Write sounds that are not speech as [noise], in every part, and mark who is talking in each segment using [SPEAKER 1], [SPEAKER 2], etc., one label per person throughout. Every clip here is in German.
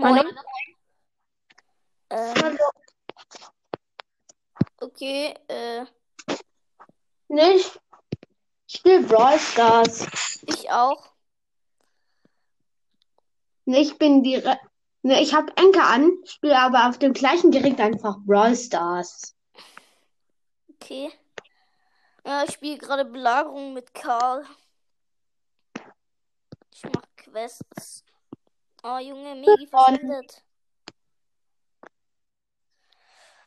[SPEAKER 1] Hallo?
[SPEAKER 2] Moin. Ähm,
[SPEAKER 1] Hallo.
[SPEAKER 2] okay, äh,
[SPEAKER 1] Nicht? Ich spiele Brawl Stars.
[SPEAKER 2] ich auch.
[SPEAKER 1] Ne, Ich bin direkt. Ne, ich habe Enke an, spiele aber auf dem gleichen Gerät einfach Brawl Stars.
[SPEAKER 2] Okay. Ja, ich spiele gerade Belagerung mit Karl. Ich mach Quests. Oh, Junge, Megi verschwindet.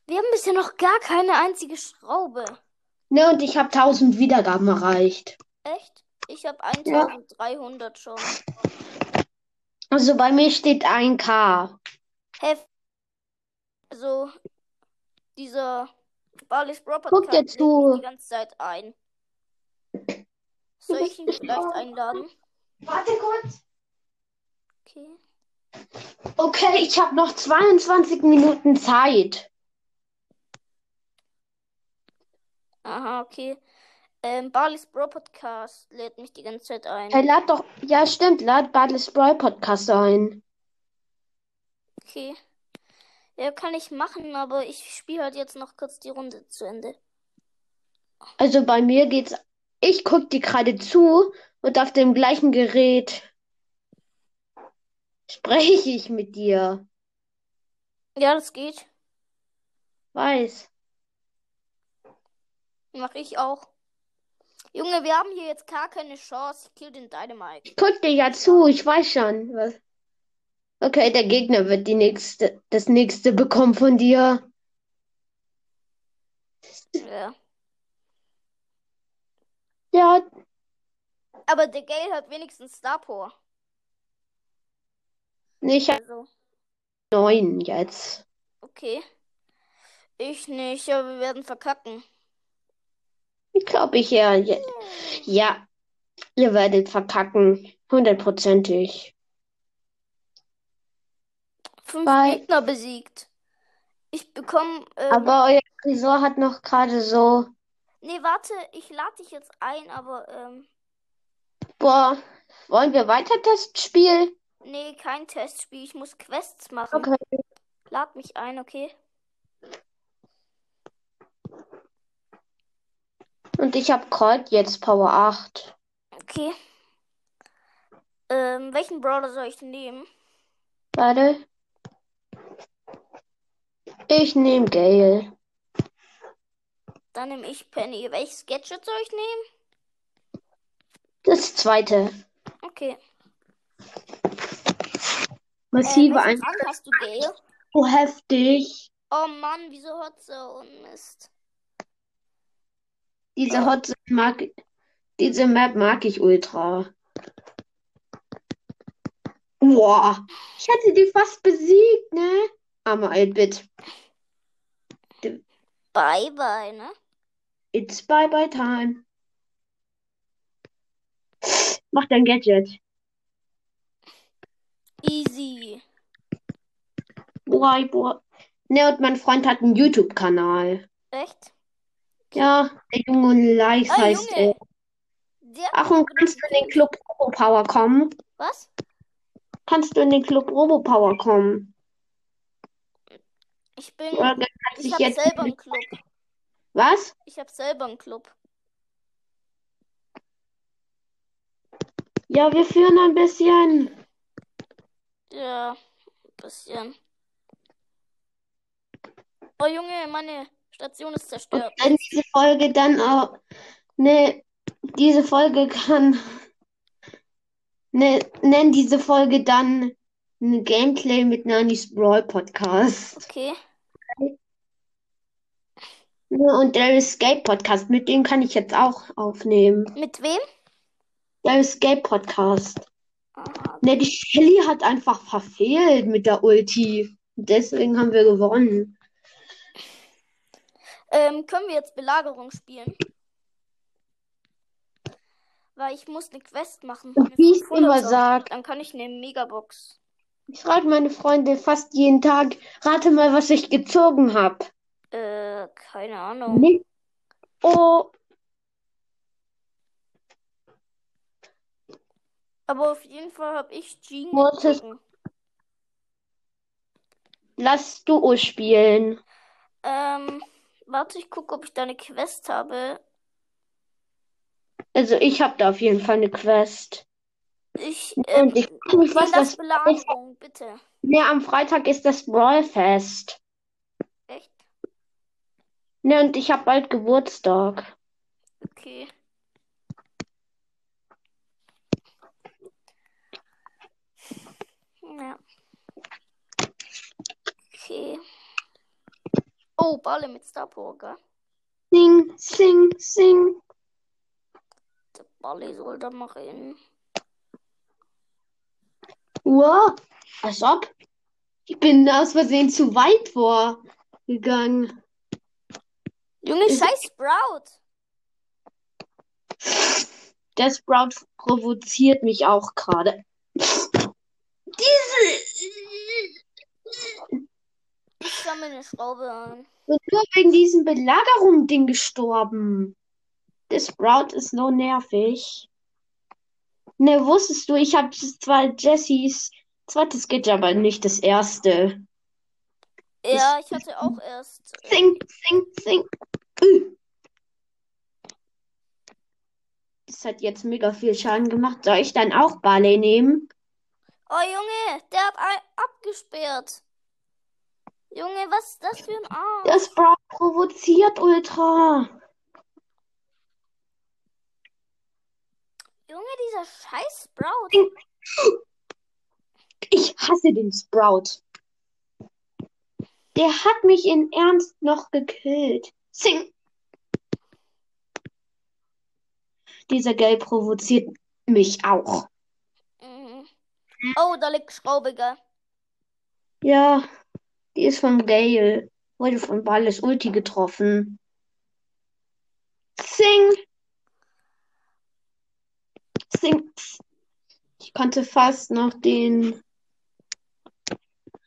[SPEAKER 2] Wir haben bisher noch gar keine einzige Schraube.
[SPEAKER 1] Ne, und ich habe 1000 Wiedergaben erreicht.
[SPEAKER 2] Echt? Ich habe 1300 schon.
[SPEAKER 1] Also bei mir steht 1K.
[SPEAKER 2] Hef. Also, dieser Barley's Brawl
[SPEAKER 1] Guck dir
[SPEAKER 2] Podcast lädt mich
[SPEAKER 1] zu.
[SPEAKER 2] die ganze Zeit ein. Soll ich ihn vielleicht einladen?
[SPEAKER 1] Warte kurz.
[SPEAKER 2] Okay.
[SPEAKER 1] Okay, ich habe noch 22 Minuten Zeit.
[SPEAKER 2] Aha, okay. Ähm, Barley's Bro Podcast lädt mich die ganze Zeit
[SPEAKER 1] Hey,
[SPEAKER 2] ein.
[SPEAKER 1] lad doch. Ja, stimmt, lad Bartles Brawl Podcast ein.
[SPEAKER 2] Okay. Ja, kann ich machen, aber ich spiele halt jetzt noch kurz die Runde zu Ende.
[SPEAKER 1] Also bei mir geht's. Ich guck dir gerade zu und auf dem gleichen Gerät spreche ich mit dir.
[SPEAKER 2] Ja, das geht.
[SPEAKER 1] Weiß.
[SPEAKER 2] Mach ich auch. Junge, wir haben hier jetzt gar keine Chance. Ich kill den Dynamite.
[SPEAKER 1] [laughs] Ich guck dir ja zu, ich weiß schon. Was- Okay, der Gegner wird die nächste, das nächste bekommen von dir.
[SPEAKER 2] Ja.
[SPEAKER 1] Ja,
[SPEAKER 2] Aber der Gale hat wenigstens Star Power.
[SPEAKER 1] ich habe
[SPEAKER 2] Also,
[SPEAKER 1] neun jetzt.
[SPEAKER 2] okay. Ich nicht, aber wir werden verkacken.
[SPEAKER 1] Ich glaube, ich ja. Ja, ja, ihr werdet verkacken. Hundertprozentig.
[SPEAKER 2] Fünf
[SPEAKER 1] Bei-
[SPEAKER 2] Gegner besiegt. Ich bekomme. Ähm,
[SPEAKER 1] Aber euer Friseur hat noch gerade so.
[SPEAKER 2] nee, warte, ich lade dich jetzt ein, aber. Ähm,
[SPEAKER 1] Boah, wollen wir weiter das Spiel?
[SPEAKER 2] Nee, kein Testspiel. Ich muss Quests machen.
[SPEAKER 1] Okay.
[SPEAKER 2] Lad mich ein, okay?
[SPEAKER 1] Und ich habe Colt jetzt Power 8.
[SPEAKER 2] Okay. Ähm, welchen Brawler soll ich denn nehmen?
[SPEAKER 1] Warte. Ich nehme Gale.
[SPEAKER 2] Dann nehme ich Penny. Welches Gadget soll ich nehmen?
[SPEAKER 1] Das zweite.
[SPEAKER 2] Okay. Äh,
[SPEAKER 1] Massive
[SPEAKER 2] welchen
[SPEAKER 1] Ein.
[SPEAKER 2] Rang hast du, Gale?
[SPEAKER 1] So heftig.
[SPEAKER 2] Oh Mann, wieso hat sie und Mist?
[SPEAKER 1] Diese Hot mag, diese Map mag ich ultra. Boah, ich hätte die fast besiegt, ne? Armer Altbit.
[SPEAKER 2] Bye, bye, ne?
[SPEAKER 1] It's bye bye time. Mach dein Gadget.
[SPEAKER 2] Easy.
[SPEAKER 1] Boah, boah. Ne, und mein Freund hat einen YouTube-Kanal.
[SPEAKER 2] Echt?
[SPEAKER 1] Ja, der Junge und Leicht
[SPEAKER 2] Ah,
[SPEAKER 1] heißt er.
[SPEAKER 2] Junge. Der
[SPEAKER 1] Ach, und kannst du in den Club Robopower kommen?
[SPEAKER 2] Was?
[SPEAKER 1] Kannst du in den Club Robopower kommen?
[SPEAKER 2] Ich bin.
[SPEAKER 1] Oder kann
[SPEAKER 2] Ich
[SPEAKER 1] sich
[SPEAKER 2] hab
[SPEAKER 1] jetzt.
[SPEAKER 2] selber einen Club.
[SPEAKER 1] Was?
[SPEAKER 2] Ich hab selber einen Club.
[SPEAKER 1] Ja, wir führen ein bisschen.
[SPEAKER 2] Ja, ein bisschen. Oh Junge, meine Station ist
[SPEAKER 1] Und
[SPEAKER 2] zerstört.
[SPEAKER 1] wenn diese Folge dann auch. Ne, diese Folge kann. Ne, nenn diese Folge dann ein Gameplay mit Nanis Brawl Podcast.
[SPEAKER 2] Okay.
[SPEAKER 1] Ne, und der Escape Podcast, mit dem kann ich jetzt auch aufnehmen.
[SPEAKER 2] Mit wem?
[SPEAKER 1] Der Escape Podcast.
[SPEAKER 2] Aha.
[SPEAKER 1] Ne, die Shelly hat einfach verfehlt mit der Ulti. Deswegen haben wir gewonnen.
[SPEAKER 2] Ähm, können wir jetzt Belagerung spielen? Weil ich muss eine Quest machen.
[SPEAKER 1] Und wie ich
[SPEAKER 2] Voll
[SPEAKER 1] immer
[SPEAKER 2] und so.
[SPEAKER 1] sag,
[SPEAKER 2] Dann kann ich eine Megabox.
[SPEAKER 1] ich frage meine Freunde fast jeden Tag, rate mal, was ich gezogen habe.
[SPEAKER 2] Äh, keine Ahnung.
[SPEAKER 1] Nicht. Oh,
[SPEAKER 2] Aber auf jeden Fall habe ich Jean
[SPEAKER 1] Mortis.
[SPEAKER 2] gezogen.
[SPEAKER 1] Lass Duo spielen.
[SPEAKER 2] Ähm, warte, ich gucke, ob ich da eine Quest habe.
[SPEAKER 1] Also ich habe da auf jeden Fall eine Quest.
[SPEAKER 2] Ich, ähm,
[SPEAKER 1] Und ich weiß nicht, was
[SPEAKER 2] das
[SPEAKER 1] das
[SPEAKER 2] Belagerung, bitte.
[SPEAKER 1] Ne, am Freitag ist das Brawlfest.
[SPEAKER 2] Echt?
[SPEAKER 1] Ne, und ich habe bald Geburtstag.
[SPEAKER 2] Okay. Ja. Okay. Oh, Balle mit Starburger.
[SPEAKER 1] Sing, sing, sing.
[SPEAKER 2] Der Balle soll da mal rein.
[SPEAKER 1] Wow, als ob. Ich bin aus Versehen zu weit vorgegangen.
[SPEAKER 2] Junge,
[SPEAKER 1] Ist-
[SPEAKER 2] scheiß Sprout.
[SPEAKER 1] Der Sprout provoziert mich auch gerade. Diese.
[SPEAKER 2] Ich sammle eine Schraube an.
[SPEAKER 1] bin nur wegen diesem Belagerung-Ding gestorben. Der Sprout ist so nervig. Ne, wusstest du, ich habe zwar Jessys zweites Gadget, aber nicht das erste.
[SPEAKER 2] Ja, ich hatte auch erst. Äh,
[SPEAKER 1] Sing, sing, sing. Ü. Das hat jetzt mega viel Schaden gemacht. Soll ich dann auch Barley nehmen?
[SPEAKER 2] Oh Junge, der hat ein- abgesperrt. Junge, was ist das für ein Arm?
[SPEAKER 1] Der Sprout provoziert Ultra.
[SPEAKER 2] Junge, dieser scheiß Sprout.
[SPEAKER 1] Ich hasse den Sprout. Der hat mich in Ernst noch gekillt. Sing. Dieser Gell provoziert mich auch.
[SPEAKER 2] Mhm. Oh, da liegt Schraube, gell?
[SPEAKER 1] Ja, die ist von Gale. Wurde von Balles Ulti getroffen. Sing. Sing. Ich konnte fast noch den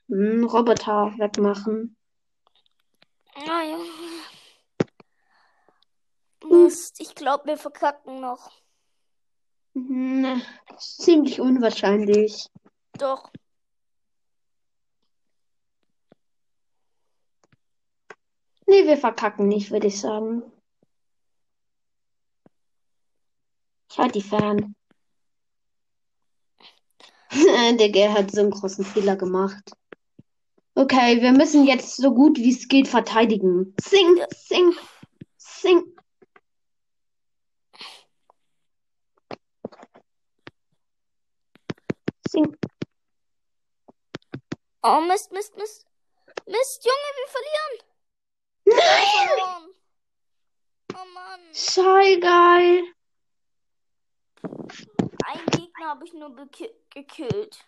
[SPEAKER 1] hm, Roboter wegmachen.
[SPEAKER 2] Ah, Junge. Mist, ich glaube, wir verkacken noch.
[SPEAKER 1] Na, Hm, ziemlich unwahrscheinlich.
[SPEAKER 2] Doch.
[SPEAKER 1] Nee, wir verkacken nicht, würde ich sagen. Ich halt die fern. [laughs] Der Gär hat so einen großen Fehler gemacht. Okay, wir müssen jetzt so gut wie es geht verteidigen. Sing, sing, sing. Sing.
[SPEAKER 2] Oh, Mist, Mist, Mist. Mist, Junge, wir verlieren.
[SPEAKER 1] Nein!
[SPEAKER 2] Verloren. Oh Mann.
[SPEAKER 1] Shy Guy.
[SPEAKER 2] Einen Gegner habe ich nur beki- gekillt.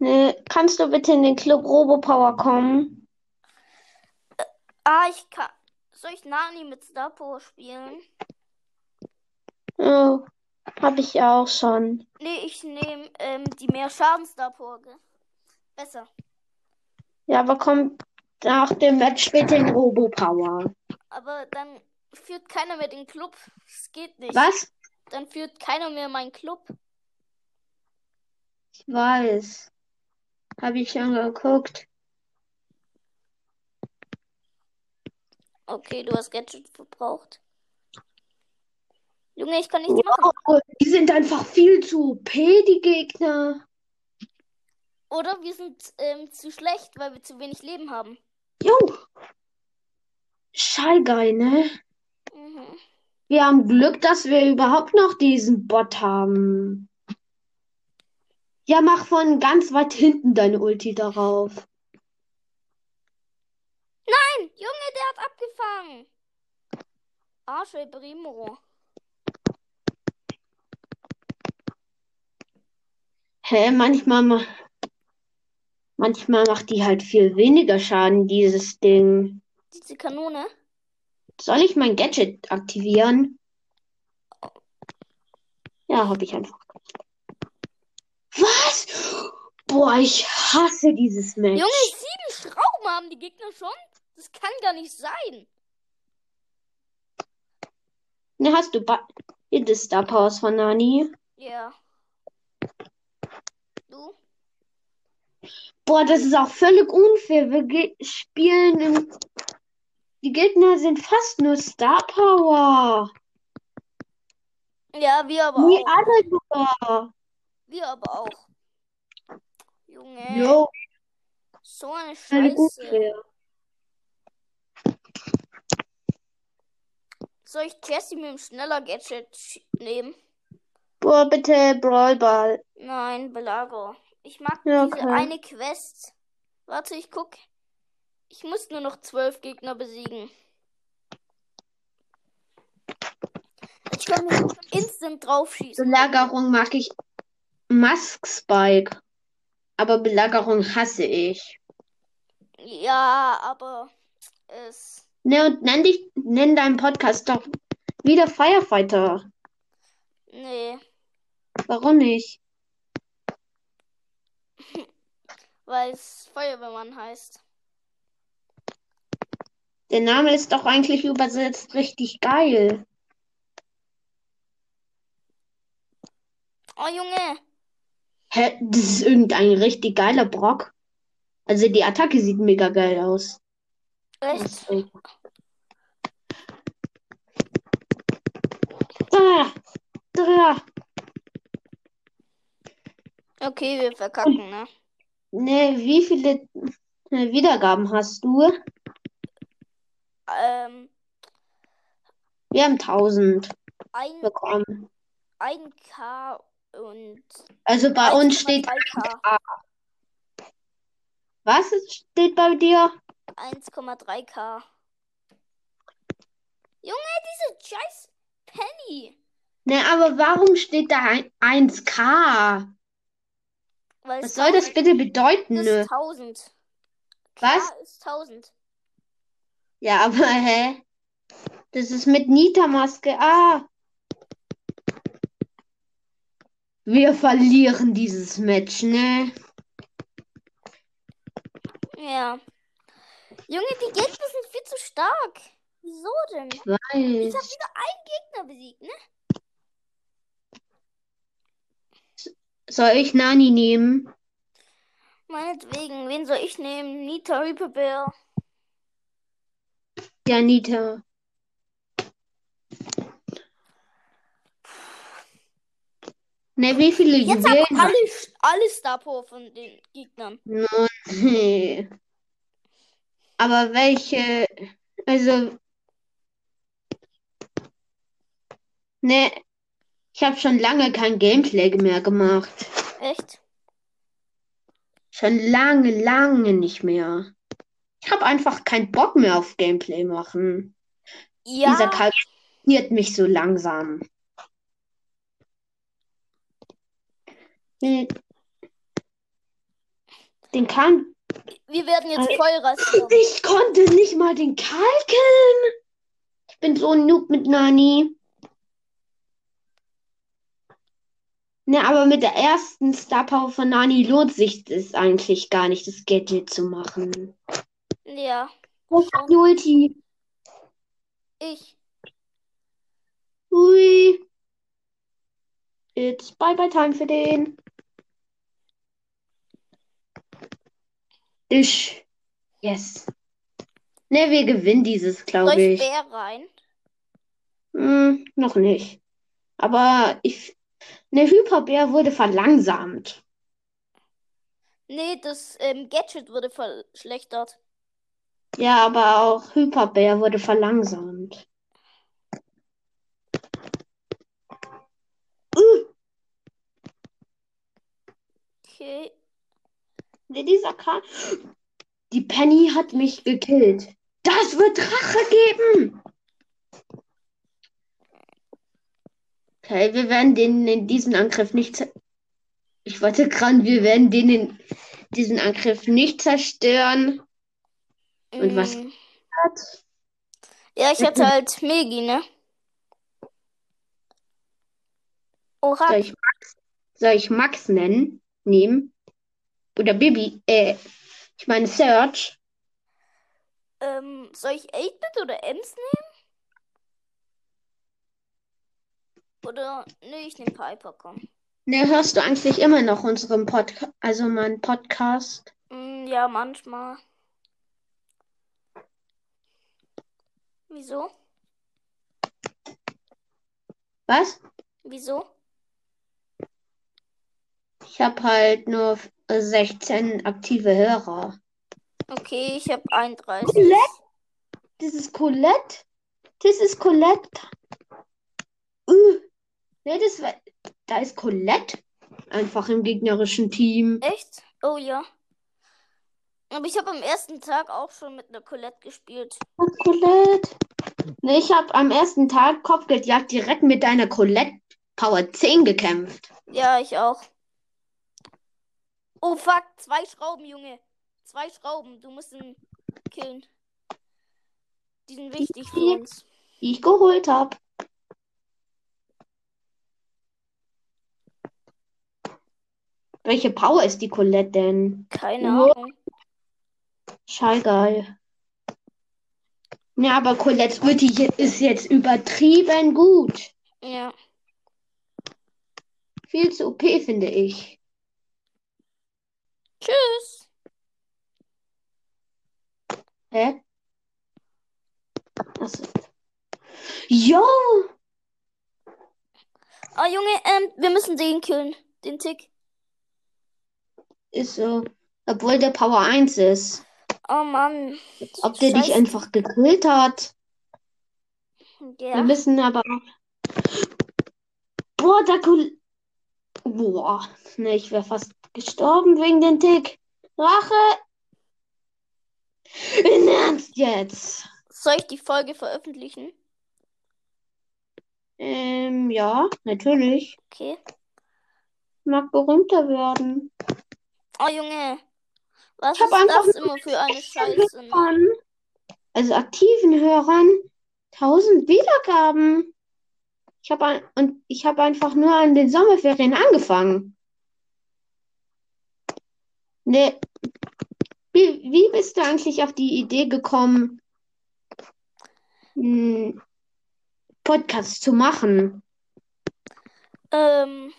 [SPEAKER 1] Nee, Ne, kannst du bitte in den Club Robopower kommen?
[SPEAKER 2] Ah, ich kann. Soll ich Nani mit Stapo spielen?
[SPEAKER 1] Oh, hab ich auch schon.
[SPEAKER 2] Nee, ich nehme ähm, die mehr Schadensstarpurge. Besser.
[SPEAKER 1] Ja, aber kommt nach dem Match später in Robopower.
[SPEAKER 2] Aber dann führt keiner mehr den Club. Es geht nicht.
[SPEAKER 1] Was?
[SPEAKER 2] Dann führt keiner mehr meinen Club.
[SPEAKER 1] Ich weiß. Habe ich schon geguckt.
[SPEAKER 2] Okay, du hast Gadget verbraucht. Junge, ich kann nichts machen.
[SPEAKER 1] Oh, die sind einfach viel zu OP, die Gegner.
[SPEAKER 2] Oder wir sind ähm, zu schlecht, weil wir zu wenig Leben haben.
[SPEAKER 1] Jo. Schallgeil, ne?
[SPEAKER 2] Mhm.
[SPEAKER 1] Wir haben Glück, dass wir überhaupt noch diesen Bot haben. Ja, mach von ganz weit hinten deine Ulti darauf.
[SPEAKER 2] Nein, Junge, der hat abgefangen. Arsch, ey, Primo.
[SPEAKER 1] Hä, manchmal, ma manchmal macht die halt viel weniger Schaden, dieses Ding.
[SPEAKER 2] Diese Kanone.
[SPEAKER 1] Soll ich mein Gadget aktivieren? Ja, habe ich einfach. Was? Boah, ich hasse dieses Match.
[SPEAKER 2] Junge, sieben Schrauben haben die Gegner schon? Das kann gar nicht sein.
[SPEAKER 1] Ne, hast du ba- hier das Star Powers von Nani?
[SPEAKER 2] Ja.
[SPEAKER 1] Boah, das ist auch völlig unfair. Wir ge- spielen im. Die Gegner sind fast nur Star Power.
[SPEAKER 2] Ja, wir aber
[SPEAKER 1] Nie
[SPEAKER 2] auch.
[SPEAKER 1] alle sogar.
[SPEAKER 2] Wir aber auch. Junge,
[SPEAKER 1] Jo,
[SPEAKER 2] so eine
[SPEAKER 1] völlig
[SPEAKER 2] Scheiße.
[SPEAKER 1] unfair.
[SPEAKER 2] Soll ich Jesse mit dem schneller Gadget sch- nehmen?
[SPEAKER 1] Boah, bitte Brawlball.
[SPEAKER 2] Nein, Belago. Ich mag
[SPEAKER 1] Ja,
[SPEAKER 2] diese
[SPEAKER 1] okay.
[SPEAKER 2] eine Quest. Warte, ich guck. Ich muss nur noch zwölf Gegner besiegen. Ich kann mich instant draufschießen.
[SPEAKER 1] Belagerung mag ich. Mask Spike. Aber Belagerung hasse ich.
[SPEAKER 2] Ja, aber es.
[SPEAKER 1] Ne, und nenn dich, nenn deinen Podcast doch wieder Firefighter.
[SPEAKER 2] Nee,
[SPEAKER 1] Warum nicht?
[SPEAKER 2] weil es Feuerwehrmann heißt.
[SPEAKER 1] Der Name ist doch eigentlich übersetzt richtig geil.
[SPEAKER 2] Oh, Junge!
[SPEAKER 1] Hä? Das ist irgendein richtig geiler Brock. Also die Attacke sieht mega geil aus. Also.
[SPEAKER 2] Echt?
[SPEAKER 1] Da, da.
[SPEAKER 2] Okay, wir verkacken, ne?
[SPEAKER 1] Ne, wie viele äh, Wiedergaben hast du?
[SPEAKER 2] Ähm,
[SPEAKER 1] Wir haben 1000
[SPEAKER 2] ein,
[SPEAKER 1] bekommen.
[SPEAKER 2] ein K und.
[SPEAKER 1] Also bei uns steht,
[SPEAKER 2] 1,3K.
[SPEAKER 1] was steht bei dir?
[SPEAKER 2] 1,3K. Junge, diese scheiß Penny.
[SPEAKER 1] Ne, aber warum steht da ein- 1K?
[SPEAKER 2] Weil
[SPEAKER 1] Was soll das bitte bedeuten?
[SPEAKER 2] Das
[SPEAKER 1] Nö.
[SPEAKER 2] ist 1000.
[SPEAKER 1] Was?
[SPEAKER 2] K ist 1000.
[SPEAKER 1] Ja, aber hä? Das ist mit Nita-Maske. Ah. Wir verlieren dieses Match, ne?
[SPEAKER 2] Ja. Junge, die Gegner sind viel zu stark. Wieso denn? Ich hab
[SPEAKER 1] Weiß.
[SPEAKER 2] wieder einen Gegner besiegt, ne?
[SPEAKER 1] Soll ich Nani nehmen?
[SPEAKER 2] Meinetwegen, wen soll ich nehmen? Nita Reaper Bell.
[SPEAKER 1] Ja, Nita. Ne, wie viele
[SPEAKER 2] Jetzt haben
[SPEAKER 1] Juwelen?
[SPEAKER 2] alle, alle Star Power von den Gegnern.
[SPEAKER 1] Nee. [laughs] Aber welche? Also. Ne, ich habe schon lange kein Gameplay mehr gemacht.
[SPEAKER 2] Echt?
[SPEAKER 1] Schon lange, lange nicht mehr. Ich habe einfach keinen Bock mehr auf Gameplay machen.
[SPEAKER 2] Ja.
[SPEAKER 1] Dieser kalkuliert mich so langsam. Den den kann.
[SPEAKER 2] wir werden jetzt
[SPEAKER 1] Äh,
[SPEAKER 2] Feuerrasseln.
[SPEAKER 1] Ich konnte nicht mal den kalken. Ich bin so ein Noob mit Nani. Ne, aber mit der ersten Star Power von Nani lohnt sich das eigentlich gar nicht, das Gadget zu machen.
[SPEAKER 2] Ja.
[SPEAKER 1] Wo ist die Ulti?
[SPEAKER 2] Ich.
[SPEAKER 1] Hui. It's bye bye time für den. Ich. Yes. Ne, wir gewinnen dieses,
[SPEAKER 2] Soll
[SPEAKER 1] glaube
[SPEAKER 2] ich
[SPEAKER 1] ich.
[SPEAKER 2] Bär rein?
[SPEAKER 1] Hm, noch nicht. Aber ich. Ne, Hyperbär wurde verlangsamt.
[SPEAKER 2] Nee, das ähm, Gadget wurde verschlechtert.
[SPEAKER 1] Ja, aber auch Hyperbär wurde verlangsamt. Uh,
[SPEAKER 2] Okay.
[SPEAKER 1] ne, dieser Kran. Die Penny hat mich gekillt. Das wird Rache geben! Okay, wir werden denen in diesem Angriff nicht. zer- Ich wollte gerade, wir werden denen diesen Angriff nicht zerstören. Und was-
[SPEAKER 2] Mm. Ja, ich hatte halt Megi, ne? Oha.
[SPEAKER 1] Soll ich Max, soll ich Max nennen? Nehmen? Oder Bibi? Äh, ich meine Search.
[SPEAKER 2] Ähm, soll ich 8-Bit oder Ems nehmen? Oder, nee, ich nehme Piper, komm.
[SPEAKER 1] Ne, hörst du eigentlich immer noch unseren Podcast, also meinen Podcast?
[SPEAKER 2] Mm, ja, manchmal. Wieso?
[SPEAKER 1] Was?
[SPEAKER 2] Wieso?
[SPEAKER 1] Ich habe halt nur 16 aktive Hörer.
[SPEAKER 2] Okay, ich habe 31.
[SPEAKER 1] Colette? Das ist Colette? Das ist Colette. Uh. Ne, das war, da ist Colette einfach im gegnerischen Team.
[SPEAKER 2] Echt? Oh ja. Aber ich habe am ersten Tag auch schon mit einer Colette gespielt.
[SPEAKER 1] Und Colette. Ne, ich habe am ersten Tag Kopfgeldjagd direkt mit deiner Colette Power 10 gekämpft.
[SPEAKER 2] Ja, ich auch. Oh fuck, zwei Schrauben, Junge. Zwei Schrauben. Du musst ihn killen. Die sind wichtig für uns.
[SPEAKER 1] die ich geholt habe. Welche Power ist die Colette denn?
[SPEAKER 2] Keine
[SPEAKER 1] Wo-
[SPEAKER 2] Ahnung.
[SPEAKER 1] Scheigeil. Ja, aber Colettes Ulti je- ist jetzt übertrieben gut.
[SPEAKER 2] Ja.
[SPEAKER 1] Viel zu OP, finde ich.
[SPEAKER 2] Tschüss.
[SPEAKER 1] Hä? Was ist- Jo!
[SPEAKER 2] Ah, Junge, ähm, wir müssen den killen. Den Tick.
[SPEAKER 1] Ist so. Obwohl der Power 1 ist.
[SPEAKER 2] Oh Mann.
[SPEAKER 1] Ob der dich
[SPEAKER 2] Scheiß-
[SPEAKER 1] einfach gekillt hat. Wir
[SPEAKER 2] Ja.
[SPEAKER 1] müssen aber. Boah, da Col Boah, ne, ich wäre fast gestorben wegen den Tick. Rache! In Ernst jetzt?
[SPEAKER 2] Soll ich die Folge veröffentlichen?
[SPEAKER 1] Ähm, ja, natürlich.
[SPEAKER 2] Okay.
[SPEAKER 1] Mag berühmter werden.
[SPEAKER 2] Oh Junge. Was
[SPEAKER 1] Ich hab
[SPEAKER 2] ist
[SPEAKER 1] einfach
[SPEAKER 2] das immer für eine Scheiße? Ne?
[SPEAKER 1] Hörern, also aktiven Hörern, 1000 Wiedergaben. Ich habe ein, und ich habe einfach nur an den Sommerferien angefangen. Ne. Wie, wie bist du eigentlich auf die Idee gekommen, einen Podcast zu machen?
[SPEAKER 2] Ähm,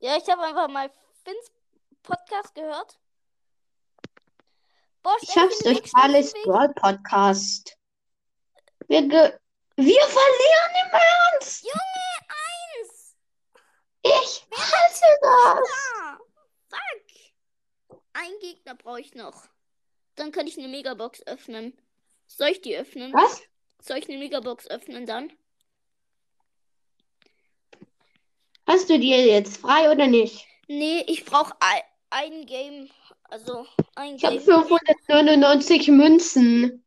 [SPEAKER 2] ja, ich habe einfach mal Finns Podcast gehört. Boah,
[SPEAKER 1] Ich
[SPEAKER 2] schnell,
[SPEAKER 1] schaff's
[SPEAKER 2] Finn,
[SPEAKER 1] durch
[SPEAKER 2] weg, schnell,
[SPEAKER 1] Charles
[SPEAKER 2] Finn, weg.
[SPEAKER 1] Brawl Podcast. Wir, ge wir verlieren im Ernst.
[SPEAKER 2] Eins.
[SPEAKER 1] Ich hasse das.
[SPEAKER 2] Ah, fuck. Ein Gegner brauche ich noch. Dann kann ich eine Megabox öffnen. Soll ich die öffnen?
[SPEAKER 1] Was?
[SPEAKER 2] Soll ich eine Megabox öffnen dann?
[SPEAKER 1] Hast du dir jetzt frei oder nicht?
[SPEAKER 2] Nee, ich brauche ein, ein Game. Also ein
[SPEAKER 1] Ich habe
[SPEAKER 2] Game.
[SPEAKER 1] 599 Münzen.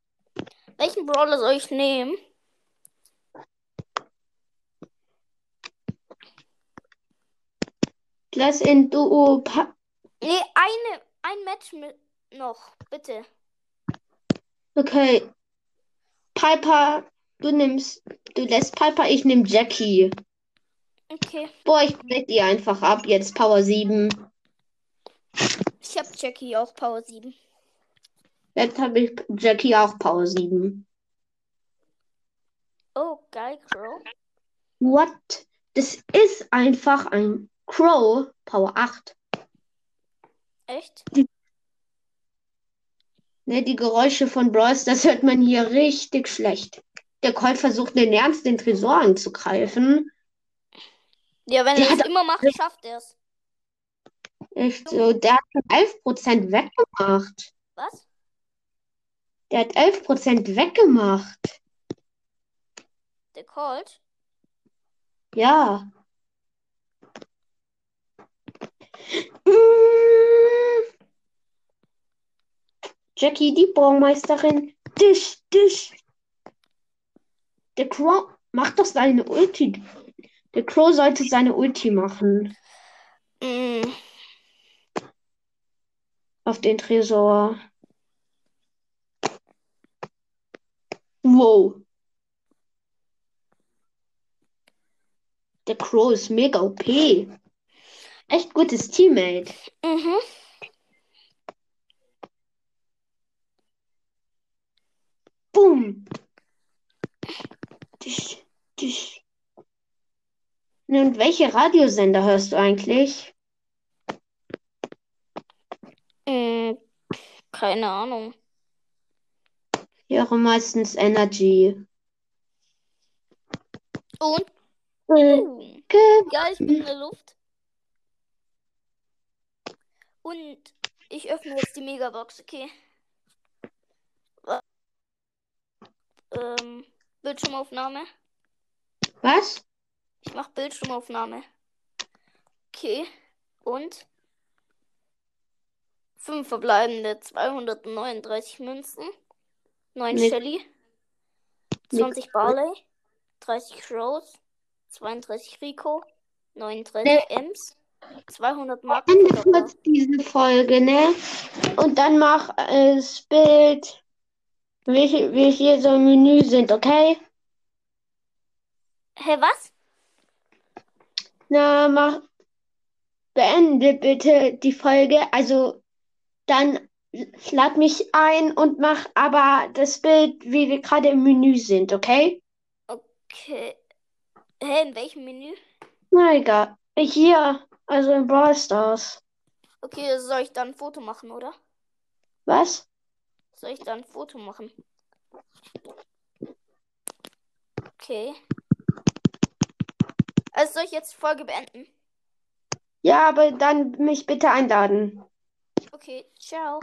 [SPEAKER 2] Welchen Brawler soll ich nehmen?
[SPEAKER 1] Lass in Duo. Pa
[SPEAKER 2] Nee, eine, ein Match mit noch, bitte.
[SPEAKER 1] okay. Piper, du nimmst. Du lässt Piper, ich nehm Jackie.
[SPEAKER 2] Okay.
[SPEAKER 1] Boah, ich breche die einfach ab. Jetzt Power 7.
[SPEAKER 2] Ich hab Jackie auch Power 7.
[SPEAKER 1] Jetzt habe ich Jackie auch Power 7.
[SPEAKER 2] Oh, geil, Crow.
[SPEAKER 1] What? Das ist einfach ein Crow Power 8.
[SPEAKER 2] Echt?
[SPEAKER 1] Ne, die Geräusche von Bros, das hört man hier richtig schlecht. Der Colt versucht den Ernst, den Tresor anzugreifen.
[SPEAKER 2] Ja, wenn
[SPEAKER 1] Der
[SPEAKER 2] er
[SPEAKER 1] hat
[SPEAKER 2] es immer macht, schafft er es.
[SPEAKER 1] Echt so, der hat schon 11% weggemacht.
[SPEAKER 2] Was?
[SPEAKER 1] Der hat 11% weggemacht.
[SPEAKER 2] Der Colt?
[SPEAKER 1] Ja. Mm. Jackie, die Braumeisterin. Dich, dich. Der Crow macht doch seine Ulti. Der Crow sollte seine Ulti machen.
[SPEAKER 2] Mm,
[SPEAKER 1] Auf den Tresor. Wow. Der Crow ist mega OP. Echt gutes Teammate.
[SPEAKER 2] Mhm.
[SPEAKER 1] Boom. Tisch, tisch. Ne, Und welche Radiosender hörst du eigentlich?
[SPEAKER 2] Äh, keine Ahnung.
[SPEAKER 1] Ich höre meistens Energy.
[SPEAKER 2] Und?
[SPEAKER 1] Hm.
[SPEAKER 2] Boom.
[SPEAKER 1] Ge-
[SPEAKER 2] Ja, ich bin in der Luft. Und ich öffne jetzt die Megabox, okay. Wa- Ähm, Bildschirmaufnahme.
[SPEAKER 1] Was?
[SPEAKER 2] Ich mach Bildschirmaufnahme. Okay. Und? Fünf verbleibende 239 Münzen. 9
[SPEAKER 1] Nix.
[SPEAKER 2] Shelly.
[SPEAKER 1] Nix.
[SPEAKER 2] 20 Barley. 30 Rose. 32 Rico. 39 Ems. 200 Mark.
[SPEAKER 1] Ende kurz diese Folge, ne? Und dann mach äh, das Bild, welche, welche so im Menü sind, okay?
[SPEAKER 2] Hä, was?
[SPEAKER 1] Na, mach, beende bitte die Folge. Also, dann lad mich ein und mach aber das Bild, wie wir gerade im Menü sind, okay?
[SPEAKER 2] Okay. Hä, in welchem Menü?
[SPEAKER 1] Na egal. Hier, also in Brawl Stars.
[SPEAKER 2] Okay, soll ich dann ein Foto machen, oder?
[SPEAKER 1] Was?
[SPEAKER 2] Soll ich dann ein Foto machen? Okay. Also soll ich jetzt die Folge beenden?
[SPEAKER 1] Ja, aber dann mich bitte einladen.
[SPEAKER 2] Okay, ciao.